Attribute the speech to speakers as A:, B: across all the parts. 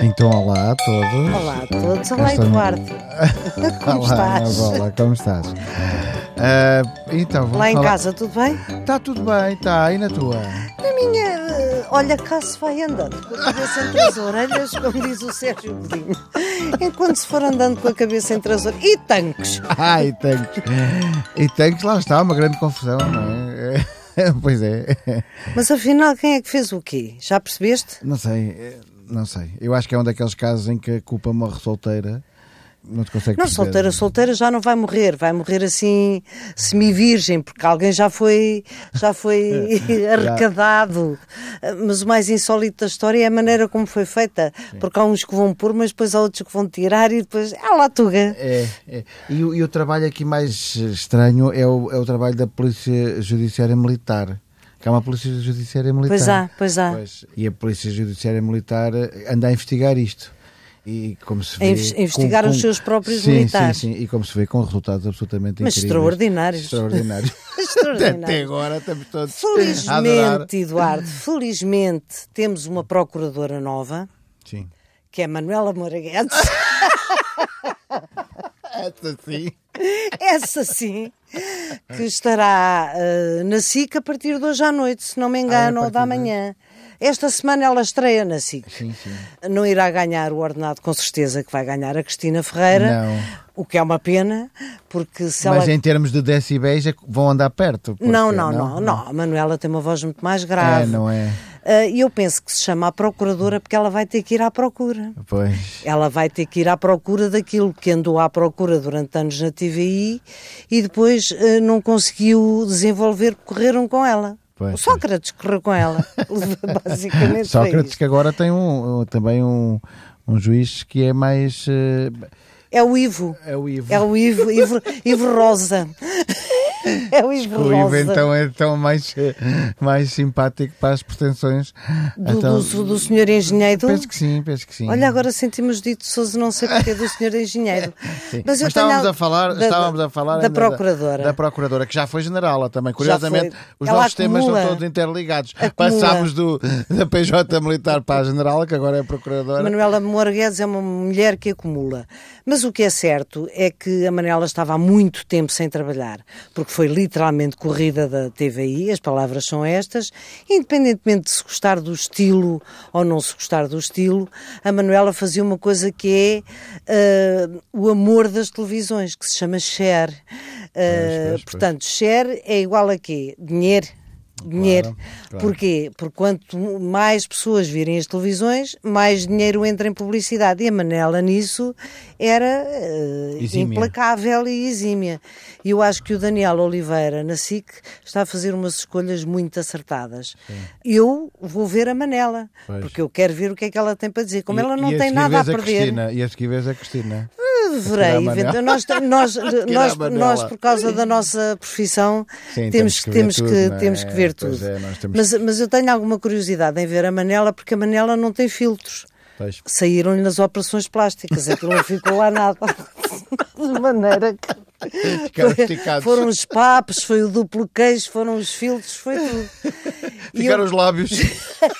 A: Então, olá a todos.
B: Olá a todos,
A: Cá
B: olá
A: estamos-
B: Eduardo. Como
A: olá,
B: estás?
A: Ana Bola, como estás? Ah, então, vamos
B: Lá em
A: falar-
B: casa tudo bem?
A: Está tudo bem, está. E na tua?
B: Na minha, eh, olha cá se vai andando, com a cabeça entre as orelhas, como diz o Sérgio Godinho. Enquanto se for andando com a cabeça entre as orelhas. E tanques!
A: Ah, e tanques. E tanques, lá está, uma grande confusão, não é? Pois é.
B: Mas afinal, quem é que fez o quê? Já percebeste?
A: Não sei, eh, não sei. Eu acho que é um daqueles casos em que a culpa morre solteira. Não te consegue
B: Não,
A: perceber.
B: solteira, solteira já não vai morrer, vai morrer assim semi-virgem, porque alguém já foi, já foi
A: É,
B: arrecadado. Mas o mais insólito da história é a maneira como foi feita, porque há uns que vão pôr, mas depois há outros que vão tirar e depois. Ah lá, Tuga!
A: É, é. E, o, e o trabalho aqui mais estranho é o, é o trabalho da Polícia Judiciária Militar. Que há uma Polícia Judiciária Militar.
B: Pois há, pois há.
A: Pois, e a Polícia Judiciária Militar eh, anda a investigar isto. E como se
B: A
A: vê,
B: inves- investigar os seus próprios
A: sim,
B: militares.
A: Sim, sim, e como se vê com resultados absolutamente
B: Mas
A: incríveis.
B: extraordinários.
A: Extraordinários.
B: Extraordinário.
A: Até agora estamos todos a adorar.
B: Felizmente, Eduardo, felizmente temos uma procuradora nova,
A: Sim.
B: que é Manuela Moraguetes.
A: Essa sim.
B: Essa sim, que estará eh, na SIC a partir de hoje à noite, se não me engano,
A: Ah, é a
B: ou da
A: partir de-
B: manhã. Esta semana ela estreia na SIC.
A: Sim, sim.
B: Não irá ganhar o ordenado, com certeza, que vai ganhar a Cristina Ferreira.
A: Não.
B: O que é uma pena, porque se
A: Mas é
B: ela.
A: em termos de decibéis é que vão andar perto. porque-
B: Não, não, não, não, A Manuela tem uma voz muito mais grave.
A: É, não é?
B: Ah, E eu penso que se chama a procuradora porque ela vai ter que ir à procura.
A: Pois.
B: Ela vai ter que ir à procura daquilo que andou à procura durante anos na TVI e depois eh, não conseguiu desenvolver, correram com ela.
A: Pois,
B: o Sócrates correu com ela, basicamente. foi
A: Sócrates
B: isto.
A: que agora tem um, um- também um, um juiz que é mais eh,
B: É o Ivo.
A: é o Ivo.
B: É o Ivo, Ivo, Ivo Rosa. É o Ivo
A: O Ivo
B: Rosa.
A: então é tão mais eh, mais simpático para as pretensões.
B: do,
A: Então,
B: do, do senhor engenheiro.
A: Penso que sim, penso que sim.
B: Olha, agora sentimos dito Sousa, não sei porque é do senhor engenheiro.
A: Sim.
B: eu tenho
A: estávamos
B: algo-
A: a falar,
B: da-
A: estávamos a falar
B: da
A: ainda
B: procuradora.
A: da procuradora que já foi generala também. Curiosamente,
B: foi.
A: os
B: Ela
A: nossos temas
B: acumula.
A: estão todos interligados. Passámos do da PJ militar para a generala que agora é procuradora.
B: Manuela Moraguedes é uma mulher que acumula. Mas o que é certo é que a Manuela estava há muito tempo sem trabalhar, porque foi literalmente corrida da TVI, as palavras são estas, independentemente de se gostar do estilo ou não se gostar do estilo, a Manuela fazia uma coisa que é ah, o amor das televisões, que se chama share. Ah,
A: pois, pois.
B: portanto, share é igual a quê? Dinheiro. Dinheiro.
A: claro.
B: Porquê? Porque quanto mais pessoas virem as televisões, mais dinheiro entra em publicidade. E a Manela nisso era eh,
A: Exímia.
B: implacável e exímia. E eu acho que o Daniel Oliveira, na SIC, está a fazer umas escolhas muito acertadas. Eu vou ver a Manela,
A: Pois.
B: porque eu quero ver o que é que ela tem para dizer. Como
A: E-
B: ela não
A: e
B: tem
A: seguir
B: nada a
A: vês a
B: perder.
A: Cristina, e a seguir vês a Cristina.
B: Verei,
A: Tirar a
B: evento-
A: Manela.
B: nós, nós, nós,
A: Manela.
B: nós, por causa da nossa profissão,
A: Sim,
B: temos, temos que,
A: ver tudo, não é?
B: temos que ver
A: Pois
B: tudo.
A: é, nós temos
B: mas, mas eu tenho alguma curiosidade em ver a Manela, porque a Manela não tem filtros.
A: Pois.
B: Saíram-lhe nas operações plásticas, aquilo não ficou lá nada. De maneira que.
A: Ficaram esticados.
B: Foram os papos, foi o duplo queijo, foram os filtros, foi tudo. E eu-
A: Ficaram os lábios.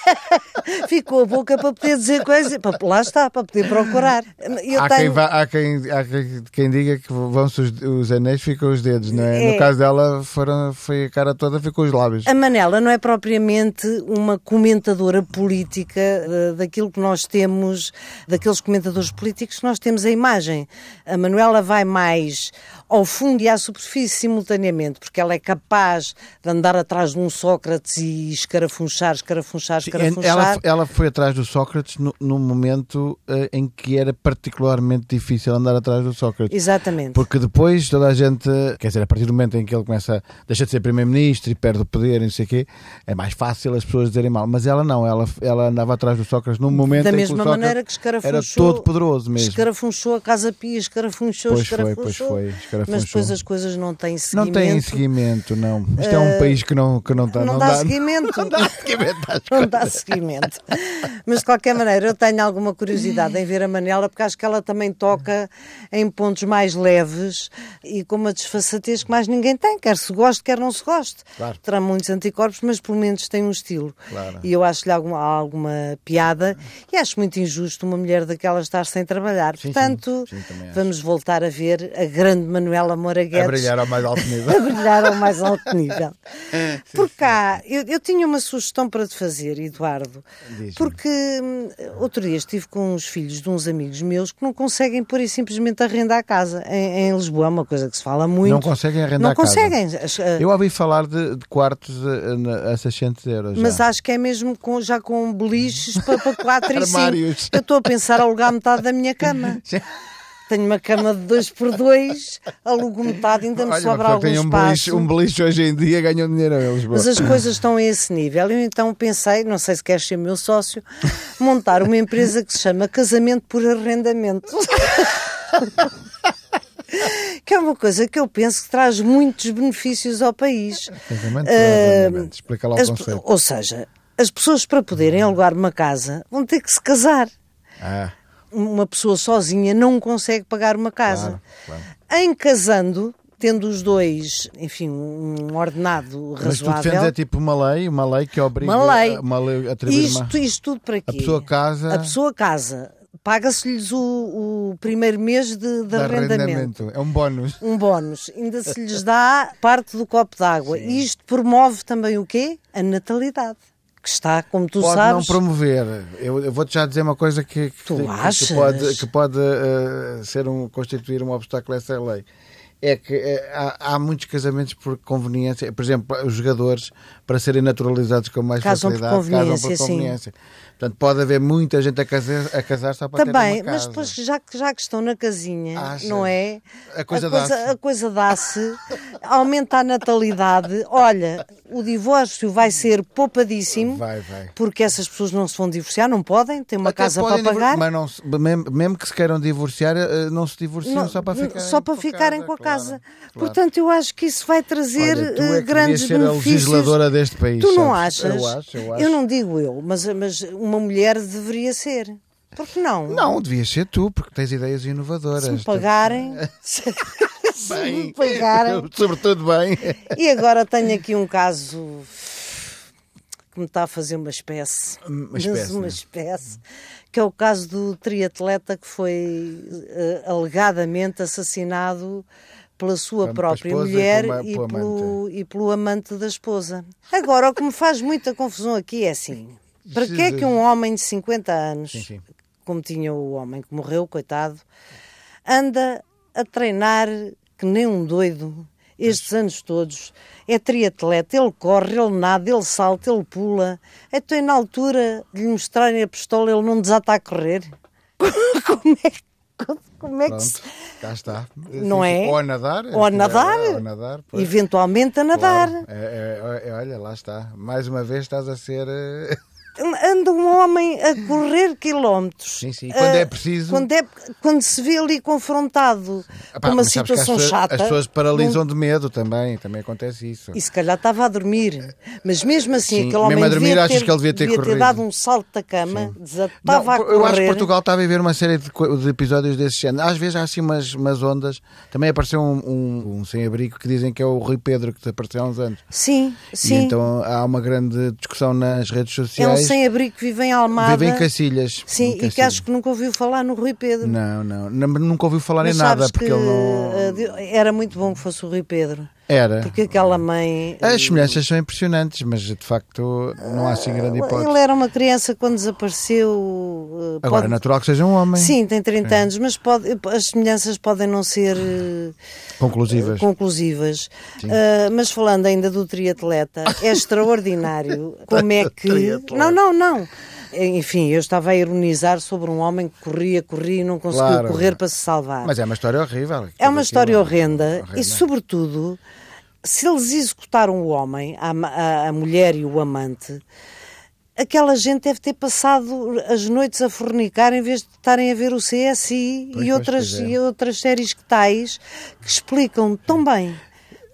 B: ficou a boca para poder dizer coisas, para- lá está, para poder procurar. Eu
A: Há,
B: tenho-
A: quem vá- há, quem, há quem, quem diga que vão-se os, os anéis, ficam os dedos, não é?
B: É.
A: No caso dela, foram, foi a cara toda, ficou os lábios.
B: A Manela não é propriamente uma comentadora política eh, daquilo que nós temos, daqueles comentadores políticos que nós temos a imagem. A Manuela vai mais ao fundo e à superfície simultaneamente, porque ela é capaz de andar atrás de um Sócrates e escarafunchar, escarafunchar, escarafunchar.
A: Ela, ela foi atrás do Sócrates no, num momento eh, em que era particularmente difícil andar atrás do Sócrates.
B: Exatamente.
A: Porque depois toda a gente, quer dizer, a partir do momento em que ele começa, deixa de ser primeiro-ministro e perde o poder e não sei o quê, é mais fácil as pessoas dizerem mal. Mas ela não, ela, ela andava atrás do Sócrates num momento
B: da
A: em que o
B: mesma
A: Sócrates
B: maneira que
A: então, era
B: escarafunchou.
A: todo poderoso mesmo.
B: Escarafunchou a Casa Pia, escarafunchou,
A: Pois foi,
B: escarafunchou.
A: pois foi, Vera
B: mas
A: Funchal.
B: depois as coisas não têm
A: Não
B: seguimento. Eh,
A: tem seguimento, não. Isto é um país que não, que não, tá-
B: não
A: não
B: dá
A: dá
B: seguimento.
A: Não dá seguimento às
B: Não
A: coisas.
B: dá seguimento. Mas de qualquer maneira, eu tenho alguma curiosidade em ver a Manela, porque acho que ela também toca em pontos mais leves e com uma desfaçatez que mais ninguém tem, quer se goste, quer não se goste.
A: Claro.
B: Terá muitos anticorpos, mas pelo menos tem um estilo.
A: Claro.
B: E eu acho-lhe alguma, alguma piada e acho muito injusto uma mulher daquela estar sem trabalhar.
A: Sim, sim.
B: Portanto,
A: Sim, também acho.
B: vamos voltar a ver a grande Manuela Moura Guedes
A: A É brilhar ao mais alto nível.
B: a brilhar ao mais alto nível. Por cá, eu, eu tinha uma sugestão para te fazer, Eduardo,
A: Diz-me.
B: porque hum, outro dia estive com uns filhos de uns amigos meus que não conseguem pôr e simplesmente arrendar a casa em, em Lisboa, é uma coisa que se fala muito.
A: Não conseguem arrendar
B: Não
A: a casa.
B: conseguem. As- a-
A: Eu ouvi falar de, de quartos eh, na- a 600 euros. já.
B: Mas acho que é mesmo com, já com beliches para, para 4 e 5.
A: Armários.
B: Eu estou a pensar alugar metade da minha cama.
A: Sim.
B: Tenho uma cama de 2 por 2 alugo metade, ainda me
A: Olha, uma
B: sobra
A: pessoa
B: algum
A: que tem um
B: espaço.
A: beliche, um beliche hoje em dia ganha um dinheiro em Lisboa.
B: Mas as coisas estão a esse nível. Eu então pensei, não sei se queres ser meu sócio, montar uma empresa que se chama Casamento por Arrendamento. Que é uma coisa que eu penso que traz muitos benefícios ao país.
A: Casamento por
B: Ah,
A: arrendamento. Explica lá o
B: as-
A: conceito.
B: ou seja, as pessoas para poderem alugar uma casa vão ter que se casar.
A: Ah,
B: Uma pessoa sozinha não consegue pagar uma casa.
A: Claro,
B: Em casando, tendo os dois, enfim, um ordenado
A: mas tu
B: razoável.
A: defendes é tipo uma lei, uma lei que obriga
B: Uma lei.
A: uma lei a atribuir uma...
B: Isto, isto tudo para quê?
A: A pessoa casa-
B: A pessoa casa. Paga-se-lhes o, o primeiro mês de, de arrendamento.
A: É um bónus.
B: Um bónus. Ainda se lhes dá parte do copo d'água. E isto promove também o quê? A natalidade. Que está, como tu
A: pode não
B: sabes...
A: promover. Eu, eu vou-te já dizer uma coisa que, que,
B: Tu
A: que- que
B: achas?
A: pode, que pode eh, ser um, constituir um obstáculo a essa lei. É que eh, há, há muitos casamentos por conveniência. Por exemplo, os jogadores, para serem naturalizados com mais
B: Casam por
A: facilidade, casam
B: conveniência,
A: por
B: sim.
A: conveniência. Portanto, pode haver muita gente a casar, a casar só para
B: Também,
A: ter uma
B: mas
A: casa.
B: depois já, que- já que estão na casinha,
A: Achas?
B: não é?
A: A coisa dá-se.
B: a coisa dá-se, aumenta a natalidade. Olha, o divórcio vai ser poupadíssimo,
A: Vai, vai.
B: porque essas pessoas não se vão divorciar, não podem, têm uma
A: Até
B: casa para
A: podem divor-
B: pagar.
A: Mas não se- mesmo, mesmo que se queiram divorciar, eh, não se divorciam
B: Não,
A: só para
B: não,
A: ficarem,
B: só para
A: com a
B: ficarem
A: casa,
B: com a
A: claro,
B: casa.
A: claro.
B: Portanto, eu acho que isso vai trazer
A: Olha, tu é
B: eh,
A: que
B: grandes
A: devias ser a
B: benefícios.
A: legisladora deste país,
B: tu não
A: sabes?
B: achas?
A: Eu acho, eu acho.
B: não digo eu, mas, mas uma mulher deveria ser. Porque não?
A: Não, devias ser tu, porque tens ideias inovadoras.
B: Se me pagarem. se se me pagarem.
A: Sobretudo bem.
B: E agora tenho aqui um caso que me está a fazer uma espécie.
A: Uma
B: Mas
A: espécie,
B: uma
A: né?
B: espécie, Que é o caso do triatleta que foi eh, alegadamente assassinado pela sua
A: Pela
B: própria
A: esposa e
B: mulher
A: pela-
B: e
A: pelo
B: pelo, e pelo amante da esposa. Agora, o que me faz muita confusão aqui é assim: para que é que um homem de 50 anos,
A: sim.
B: como tinha o homem que morreu, coitado, anda a treinar que nem um doido estes anos todos. É triatleta, ele corre, ele nada, ele salta, ele pula. Até na altura de lhe mostrarem a pistola, ele não desata a correr. Como é que. Como é que se-
A: Pronto, cá está.
B: Não é?
A: Ou a nadar. é,
B: Ou a nadar.
A: Ou a nadar. pois,
B: Eventualmente a nadar.
A: claro. É, é, é, olha, lá está. Mais uma vez estás a ser. eh,
B: Anda um homem a correr quilómetros.
A: Sim, sim. Quando
B: Ah,
A: é preciso.
B: Quando, é- quando se vê ali confrontado
A: Epá,
B: com uma
A: mas sabes que as
B: situação
A: pessoas-
B: chata.
A: As pessoas paralisam de medo também. Também acontece isso.
B: E se calhar estava a dormir. Mas mesmo assim,
A: Sim,
B: aquele
A: mesmo
B: homem
A: a dormir,
B: devia,
A: achas
B: ter,
A: que ele devia ter corrido.
B: dado um salto da cama,
A: Não,
B: desatava a correr.
A: eu acho que Portugal está a viver uma série de, co- de episódios desse género. Às vezes há assim umas, umas ondas. Também apareceu um, um- um sem-abrigo que dizem que é o Rui Pedro, que apareceu há uns anos.
B: Sim,
A: E
B: sim.
A: então há uma grande discussão nas redes
B: é um
A: sociais.
B: sem-abrigo que vive em Almada.
A: Vive em Cacilhas.
B: Sim,
A: Em
B: e que
A: Cacilhas.
B: acho que nunca ouviu falar no Rui Pedro.
A: Não, não. Não- Nunca ouviu falar
B: Mas
A: em nada,
B: sabes
A: porque
B: que
A: ele não. É.
B: eh, de- era muito bom que fosse o Rui Pedro.
A: Era.
B: Porque aquela mãe. eh,
A: As semelhanças são impressionantes, mas de facto não há assim grande hipótese.
B: Ah, Ele era uma criança quando desapareceu. eh,
A: Agora, é
B: pode-
A: natural que seja um homem.
B: Sim, tem 30 anos, mas pode, as semelhanças podem não ser. eh,
A: Conclusivas.
B: conclusivas. Ah, mas falando ainda do triatleta, é extraordinário como é que.
A: Triatleta.
B: Não, não, não. Enfim, eu estava a ironizar sobre um homem que corria, corria e não conseguiu
A: Claro.
B: correr para se salvar.
A: Mas é uma história horrível.
B: é uma
A: Tudo aquilo
B: história horrenda
A: horrenda.
B: e, sobretudo, se eles executaram o homem, a, ma- a- a mulher e o amante. aquela gente deve ter passado as noites a fornicar em vez de estarem a ver o CSI
A: Pois,
B: e
A: pois,
B: outras,
A: pois é.
B: e outras séries que tais que explicam tão bem,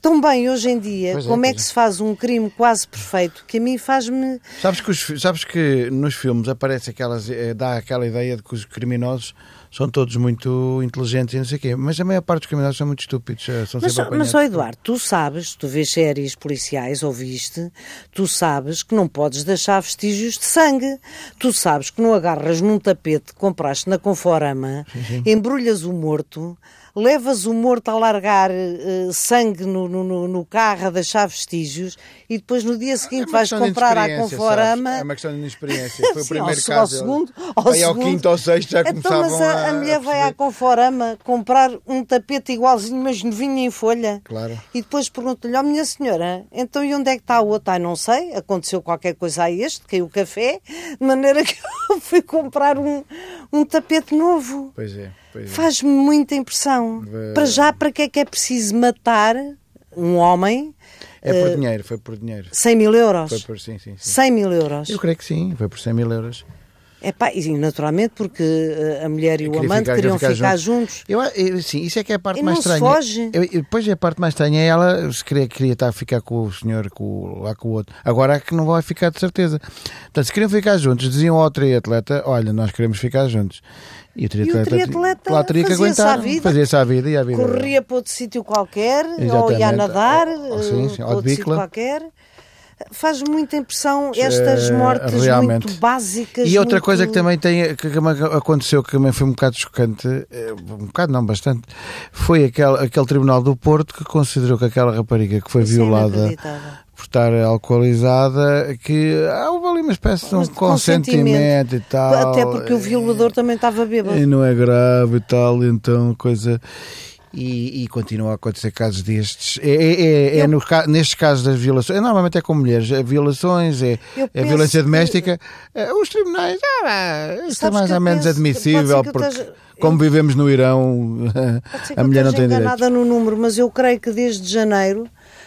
B: tão bem hoje em dia,
A: Pois é,
B: como é,
A: pois
B: que
A: é.
B: se faz um crime quase perfeito, que a mim faz-me...
A: Sabes que, os fi- sabes que nos filmes aparece aquelas, eh, dá aquela ideia de que os criminosos são todos muito inteligentes e não sei o quê, mas a maior parte dos criminosos são muito estúpidos, eh, são sempre
B: Mas, só- mas
A: apanhados.
B: só, Eduardo, tu sabes, tu vês séries policiais, ouviste, tu sabes que não podes deixar vestígios de sangue. Tu sabes que não agarras num tapete que compraste na Conforama, embrulhas o morto, levas o morto a largar eh, sangue no, no- no- no carro, a deixar vestígios, e depois no dia seguinte
A: É uma
B: vais
A: questão de
B: comprar à
A: inexperiência,
B: Conforama.
A: sabes? É uma questão de inexperiência. Foi o
B: Sim,
A: primeiro
B: ao,
A: caso.
B: Ao segundo, ao,
A: Aí ao
B: segundo.
A: quinto ou sexto já
B: então,
A: começavam
B: mas a, a mulher vai à
A: perceber.
B: Conforama comprar um tapete igualzinho, mas novinho em folha.
A: Claro.
B: E depois pergunto-lhe, ó minha senhora, então e onde é que está o outro? Ah, não sei, aconteceu qualquer coisa a este, caiu o café, de maneira que eu fui comprar um, um tapete novo.
A: Pois é, pois é.
B: Faz-me muita impressão.
A: Ve-
B: Para já, para que é que é preciso matar um homem
A: É
B: eh,
A: por dinheiro, foi por dinheiro.
B: 100 mil
A: Foi
B: euros?
A: por sim, sim, sim.
B: 100 mil euros.
A: Eu creio que sim, foi por 100 mil euros.
B: É pá, e naturalmente porque eh, a mulher e o
A: Queria
B: amante
A: ficar-
B: queriam
A: queria
B: ficar,
A: ficar
B: juntos.
A: Eu, eu, sim, isso é que é a parte
B: E
A: mais
B: não se
A: estranha.
B: foge.
A: Eu, eu- pois é, a parte mais estranha é ela se queria, queria estar a ficar com o senhor com, o- lá com o outro. Agora é que não vai ficar de certeza. Portanto, se queriam ficar juntos, diziam ao triatleta: Olha, nós queremos ficar juntos. E o triatleta,
B: triatleta
A: lá teria que
B: fazia-se
A: aguentar,
B: à vida.
A: fazia-se à vida e à vida.
B: Corria para outro sítio qualquer, ou ia
A: é? Exatamente.
B: nadar,
A: Ou- ou sim,
B: eh,
A: sim,
B: para
A: ou de
B: outro sítio
A: bicla.
B: qualquer. Faz muita impressão estas
A: Eh,
B: mortes
A: realmente.
B: muito básicas.
A: E outra
B: muito-
A: coisa que também tem, que, que me aconteceu que também foi um bocado chocante, eh, um bocado não, bastante, foi aquele, aquele tribunal do Porto que considerou que aquela rapariga que foi
B: Isso é
A: violada
B: inacreditável.
A: por estar alcoolizada, que há houve ali uma espécie de um
B: Mas de
A: consentimento e tal.
B: Até porque o violador também estava bêbado.
A: E não é grave e tal, então coisa. E, e continua a acontecer casos destes. É, é, é- é
B: Eu-
A: no ca- nestes casos das violações, é, normalmente é com mulheres, é violações, é,
B: Eu
A: é
B: penso
A: violência
B: que-
A: doméstica. É, os tribunais, ah, ah, isto é
B: Sabes
A: mais
B: que
A: ou
B: eu
A: menos
B: penso-
A: admissível,
B: pode ser que eu
A: porque
B: esteja-
A: como vivemos no Irão,
B: Pode ser que
A: a
B: eu
A: mulher não
B: esteja
A: tem direito.
B: enganada no número, mas eu creio que desde janeiro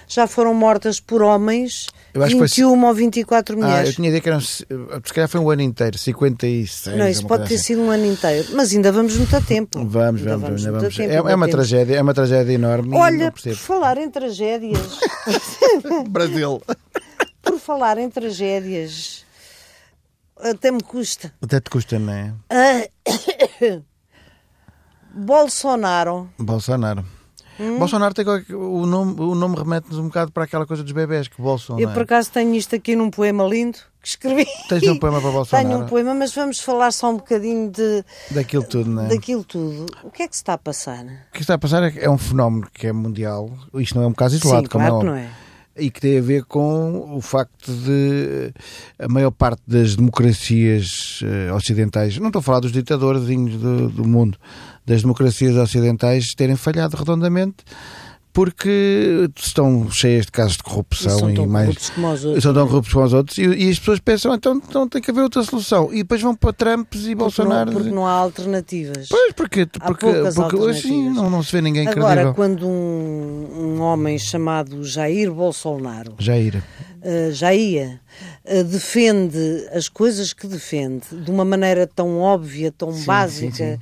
B: já foram mortas por homens
A: Eu acho que foi-
B: 21 ou 24
A: Ah,
B: mulheres.
A: eu tinha a ideia que eram, se se calhar foi um ano inteiro, 56.
B: Não, isso
A: uma
B: pode
A: coisa
B: ter
A: assim.
B: sido um ano inteiro, mas ainda vamos muito a tempo.
A: Vamos,
B: Ainda
A: vamos, ainda
B: muito a
A: vamos.
B: tempo,
A: É,
B: ainda
A: é uma
B: temos.
A: tragédia, é uma tragédia enorme. e
B: Olha,
A: não
B: por
A: percebo.
B: falar em tragédias,
A: Brasil.
B: por falar em tragédias, até me custa.
A: Até te custa, não é?
B: Ah, Bolsonaro,
A: Bolsonaro.
B: Hum?
A: Bolsonaro tem qualquer- o nome, o nome remete-nos um bocado para aquela coisa dos bebés que Bolsonaro.
B: eu por acaso tenho isto aqui num poema lindo que escrevi.
A: é? Tens um poema para Bolsonaro?
B: Tenho um poema, mas vamos falar só um bocadinho de,
A: Daquilo tudo, não é?
B: daquilo tudo. O que é que se está a passar?
A: O que está a passar é que é um fenómeno que é mundial, isto não é um caso isolado,
B: Sim,
A: como
B: claro
A: é
B: que
A: óbvio.
B: não é.
A: E que tem a ver com o facto de a maior parte das democracias eh, ocidentais, não estou a falar dos ditadorzinhos do, do mundo, das democracias ocidentais terem falhado redondamente porque estão cheias de casos de corrupção
B: São
A: e
B: tão
A: mais
B: corruptos como os outros.
A: são tão corruptos como os outros e, e as pessoas pensam então, então tem que haver outra solução e depois vão para Trumps e
B: Porque não,
A: Bolsonaro
B: porque não há alternativas.
A: Pois, porque,
B: Há
A: porque,
B: poucas
A: porque hoje sim,
B: alternativas.
A: não, não se vê ninguém
B: Agora,
A: credível.
B: quando um, um homem chamado Jair Bolsonaro,
A: Jair.
B: eh, Jair, eh, defende as coisas que defende de uma maneira tão óbvia, tão básica,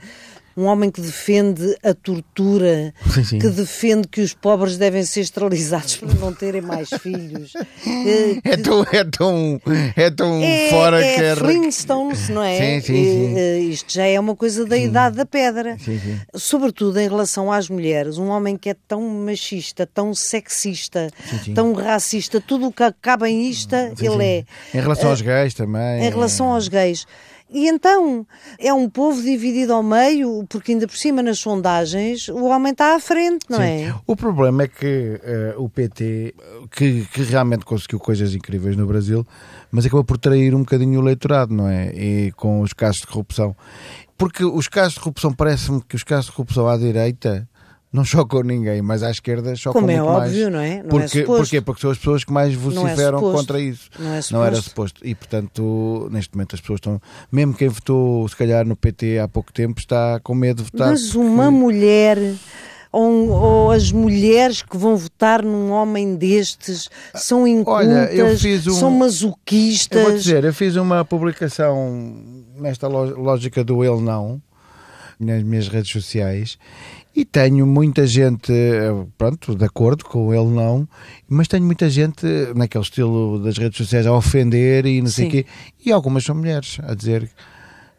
B: um homem que defende a tortura,
A: Sim, sim.
B: que defende que os pobres devem ser esterilizados para não terem mais filhos, eh,
A: É tão, é tão, é tão
B: é,
A: fora
B: é
A: que é.
B: Flintstones, não é?
A: Sim, sim, sim.
B: Eh, eh, isto já é uma coisa da idade da pedra.
A: Sim, sim.
B: Sobretudo em relação às mulheres, um homem que é tão machista, tão sexista,
A: sim.
B: tão racista, tudo o que acaba em ista,
A: Sim,
B: ele
A: sim.
B: é.
A: Em relação aos gays também.
B: Em relação aos gays. E então é um povo dividido ao meio, porque ainda por cima nas sondagens o homem está à frente, não é?
A: O problema é que eh, o PT, que, que realmente conseguiu coisas incríveis no Brasil, mas acabou por trair um bocadinho o eleitorado, não é? E com os casos de corrupção. Porque os casos de corrupção, parece-me que os casos de corrupção à direita não chocam ninguém, mas à esquerda chocam
B: Como é
A: muito mais.
B: óbvio, não é? Não é
A: porque,
B: suposto. é
A: porquê? Porque são as pessoas que mais vociferam
B: suposto.
A: contra isso.
B: Não é
A: não era
B: suposto.
A: suposto. E, portanto, neste momento as pessoas estão... Mesmo quem Tá. votou, se calhar, no PT há pouco tempo, está com medo de votar.
B: Mas uma mulher ou, um, ou as mulheres que vão votar num homem destes são incultas,
A: Olha, eu fiz um-
B: são masoquistas.
A: Eu vou dizer, eu fiz uma publicação nesta lo- lógica do ele não nas minhas redes sociais e tenho muita gente, eh, pronto, de acordo com o ele não, mas tenho muita gente eh, naquele estilo das redes sociais a ofender e não sei o
B: Sim.
A: quê. E algumas são mulheres a dizer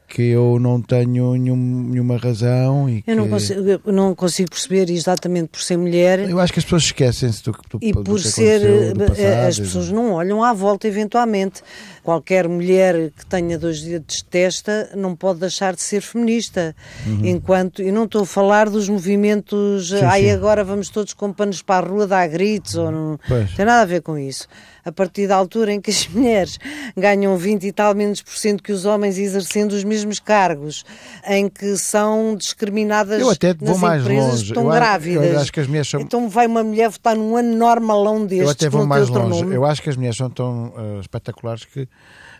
A: que eu não tenho nenhum- nenhuma razão e
B: Eu não,
A: que-
B: consigo, eu não consigo perceber exatamente por ser mulher
A: Eu acho que as pessoas esquecem-se do que do-
B: e
A: do
B: por
A: que
B: ser
A: aconteceu do
B: eh,
A: passado.
B: as pessoas não olham à volta eventualmente. Qualquer mulher que tenha dois dedos de testa não pode deixar de ser feminista. Enquanto e não estou a falar dos movimentos
A: Uhum. Sim,
B: ai
A: sim.
B: agora vamos todos com panos para a rua dar gritos ou não,
A: Pois.
B: tem nada a ver com isso. A partir da altura em que as mulheres ganham 20 e tal menos por cento que os homens exercendo os mesmos cargos, em que são discriminadas
A: Eu até vou
B: nas
A: mais
B: empresas
A: longe.
B: que estão
A: Eu a- eu
B: grávidas.
A: acho que as mulheres são-
B: Então vai uma mulher votar num ano normalão destes
A: Eu até
B: que
A: vou
B: não tem
A: mais
B: outro
A: longe.
B: nome.
A: Eu acho que as mulheres são tão eh, espetaculares que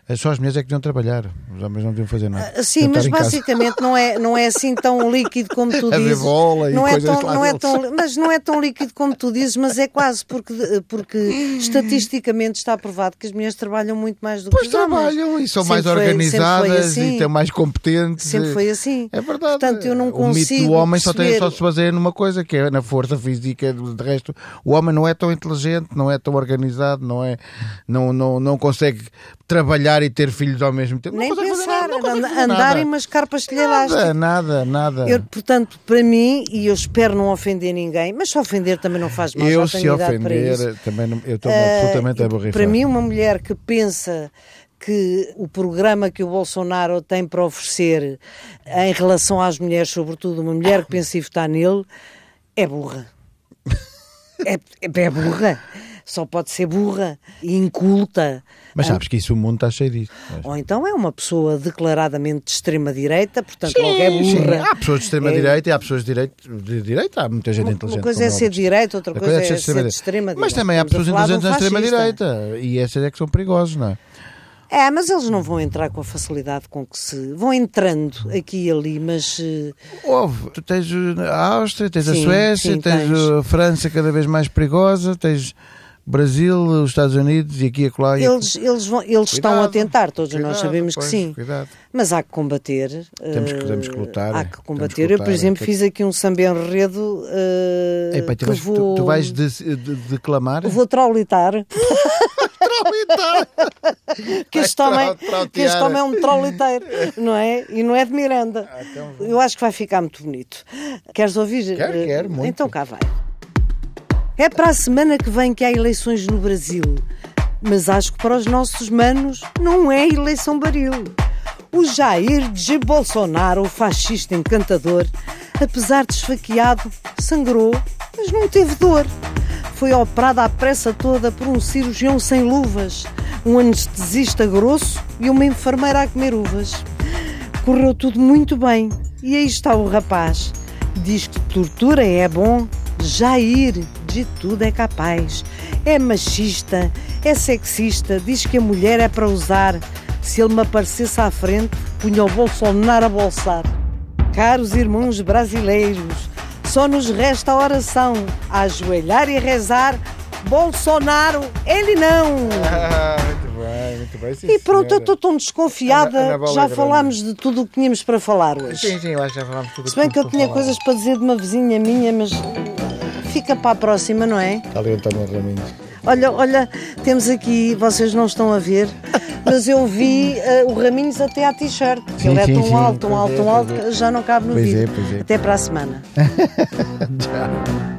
A: eh, só as mulheres é que deviam trabalhar. Os homens não deviam fazer nada.
B: Ah, Sim,
A: Deviam
B: mas
A: estar em casa.
B: basicamente não é, não é assim tão líquido como tu
A: A ver
B: dizes.
A: bola e
B: não é
A: coisas
B: tão,
A: lá
B: não é
A: deles.
B: tão, mas não é tão líquido como tu dizes, mas é quase porque, porque estatisticamente está provado que as mulheres trabalham muito mais do que
A: Pois
B: os homens.
A: trabalham e são
B: Sempre
A: mais
B: foi-
A: organizadas
B: sempre foi assim.
A: e têm mais competentes.
B: Sempre
A: e-
B: foi assim.
A: É verdade.
B: Portanto, eu não
A: o mito do
B: consigo
A: homem só, tem,
B: perceber-
A: só se baseia numa coisa, que é na força física. De resto, o homem não é tão inteligente, não é tão organizado, não, é, não, não, não consegue trabalhar e ter filhos ao mesmo tempo.
B: Nem
A: não consegue fazer
B: pensar,
A: nada, não consegue
B: and-
A: fazer
B: andar
A: nada.
B: em umas carpas de
A: Nada,
B: elástica.
A: nada, nada.
B: Eu, portanto, para mim, e eu espero não ofender ninguém, mas se ofender também não faz mal.
A: Eu,
B: já
A: se
B: tenho idade para isso.
A: ofender, também não- eu estou
B: Ah,
A: absolutamente
B: e
A: aborrecido.
B: Para mim, uma mulher que pensa que o programa que o Bolsonaro tem para oferecer em relação às mulheres, sobretudo uma mulher que pensa em votar nele, é burra. É, é- é burra. Só pode ser burra e inculta.
A: Mas sabes que isso o mundo está cheio disso.
B: Ou então é uma pessoa declaradamente de extrema-direita, portanto logo é
A: Sim,
B: burra. É.
A: Há pessoas de extrema-direita e há pessoas de direita, de direita. Há muita gente
B: Uma- uma
A: inteligente.
B: coisa é
A: como
B: ser direita, outra
A: Outra
B: coisa é ser de extrema-direita.
A: Mas também há
B: Estamos
A: pessoas
B: a falar de um
A: inteligentes na
B: fascista.
A: extrema-direita. E essas é que são perigosas, não é?
B: É, mas eles não vão entrar com a facilidade com que se. vão entrando aqui e ali, mas. eh,
A: Houve. Tu tens uh, a Áustria, tens
B: Sim,
A: a Suécia,
B: sim,
A: tens,
B: tens.
A: uh, a França cada vez mais perigosa, tens Brasil, os Estados Unidos e aqui e acolá. e
B: Eles, eles, vão, eles estão a
A: é Cuidado,
B: tentar, todos nós
A: cuidado,
B: sabemos
A: pois,
B: que sim.
A: Cuidado.
B: Mas há que combater.
A: Temos que-
B: eh,
A: temos que lutar, é.
B: Há
A: temos
B: que
A: que
B: combater. Eu,
A: lutar,
B: por exemplo,
A: tem que-
B: fiz aqui um samba enredo. eh,
A: Epá, tu,
B: que
A: vais, tu-
B: vou,
A: tu vais de- de- declamar?
B: Vou traulitar,
A: Traulitar!
B: que
A: Vais
B: este homem,
A: trau- trautear.
B: que este homem é um trauliteiro, não é? E não é de Miranda.
A: então
B: Eu acho que vai ficar muito bonito. Queres ouvir?
A: Quero,
B: Eh,
A: quero, muito.
B: Então cá vai. É para a semana que vem que há eleições no Brasil. Mas acho que para os nossos manos não é eleição baril. O Jair de Bolsonaro, o fascista encantador, apesar de esfaqueado, sangrou, mas não teve dor. Foi operado à pressa toda por um cirurgião sem luvas, um anestesista grosso e uma enfermeira a comer uvas. Correu tudo muito bem e aí está o rapaz. Diz que tortura é bom, Jair de tudo é capaz. É machista, é sexista, diz que a mulher é para usar. Se ele me aparecesse à frente, punha o Bolsonaro a bolsar. Caros irmãos brasileiros, só nos resta a oração, ajoelhar e rezar. Bolsonaro, ele não!
A: Ah, muito bem, muito bem. sim,
B: E pronto, eu
A: senhora.
B: estou tão
A: Ana- Ana
B: desconfiada,
A: Paula
B: já
A: Grande.
B: falámos de tudo o que tínhamos para falar hoje.
A: Sim, sim, eu acho que já falámos tudo.
B: Se bem que eu tinha
A: coisas
B: coisas para dizer de uma vizinha minha, mas fica para a próxima, não é?
A: Está ali o António Raminhos.
B: Olha, olha, temos aqui, vocês não estão a ver, mas eu vi eh, o Raminhos até à t-shirt. que
A: Sim,
B: Ele é
A: sim,
B: tão
A: sim.
B: alto, tão
A: Pois
B: alto,
A: é,
B: tão
A: pois
B: alto,
A: é.
B: que já não cabe no
A: Pois é,
B: vídeo.
A: pois é.
B: Até para a semana.
A: Tchau.